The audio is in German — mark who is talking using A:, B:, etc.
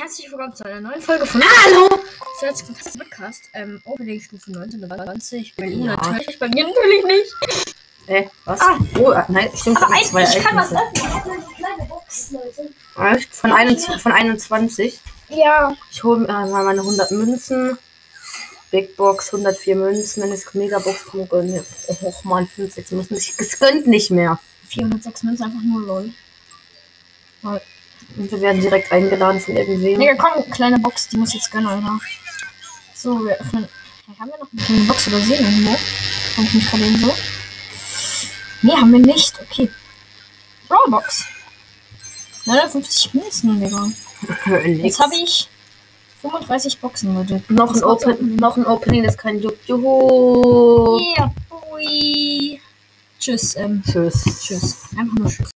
A: herzlich willkommen zu einer neuen Folge von Hallo! Podcast Podcast. Ähm, Opening Stufe 1929. Bei Ihnen
B: Ja.
A: natürlich, bei mir natürlich nicht.
B: Äh, was?
A: Ah.
B: Oh, äh, nein, stimmt.
A: Aber
B: da
A: ein,
B: gibt's zwei
A: ich kann was
B: Icons.
A: öffnen. Ich habe eine kleine Box, Leute.
B: Äh, Von, 21, von 21.
A: Ja.
B: Ich hole äh, mal meine 100 Münzen. Big Box, 104 Münzen. Wenn es Megabox kommt, gönn mir. Oh, man, 5, 6 Münzen. Ich- Es gönnt nicht mehr.
A: 406 Münzen, einfach nur lol.
B: Und wir werden direkt eingeladen von irgendwem.
A: Digga, komm, kleine Box, die muss jetzt gönnen, Alter. So, wir öffnen. Vielleicht haben wir noch eine kleine Box übersehen irgendwo. Kann ich mich gerade eben so? Nee, haben wir nicht. Okay. Brawl Box. 59 Münzen, Digga.
B: Äh, nix.
A: Jetzt habe ich 35 Boxen, Leute.
B: noch ein,
A: Das war's
B: Open, noch ein Opening, das kein Juck. Juhu.
A: Yeah, boy. Tschüss, ähm,
B: Tschüss.
A: tschüss. Einfach nur tschüss.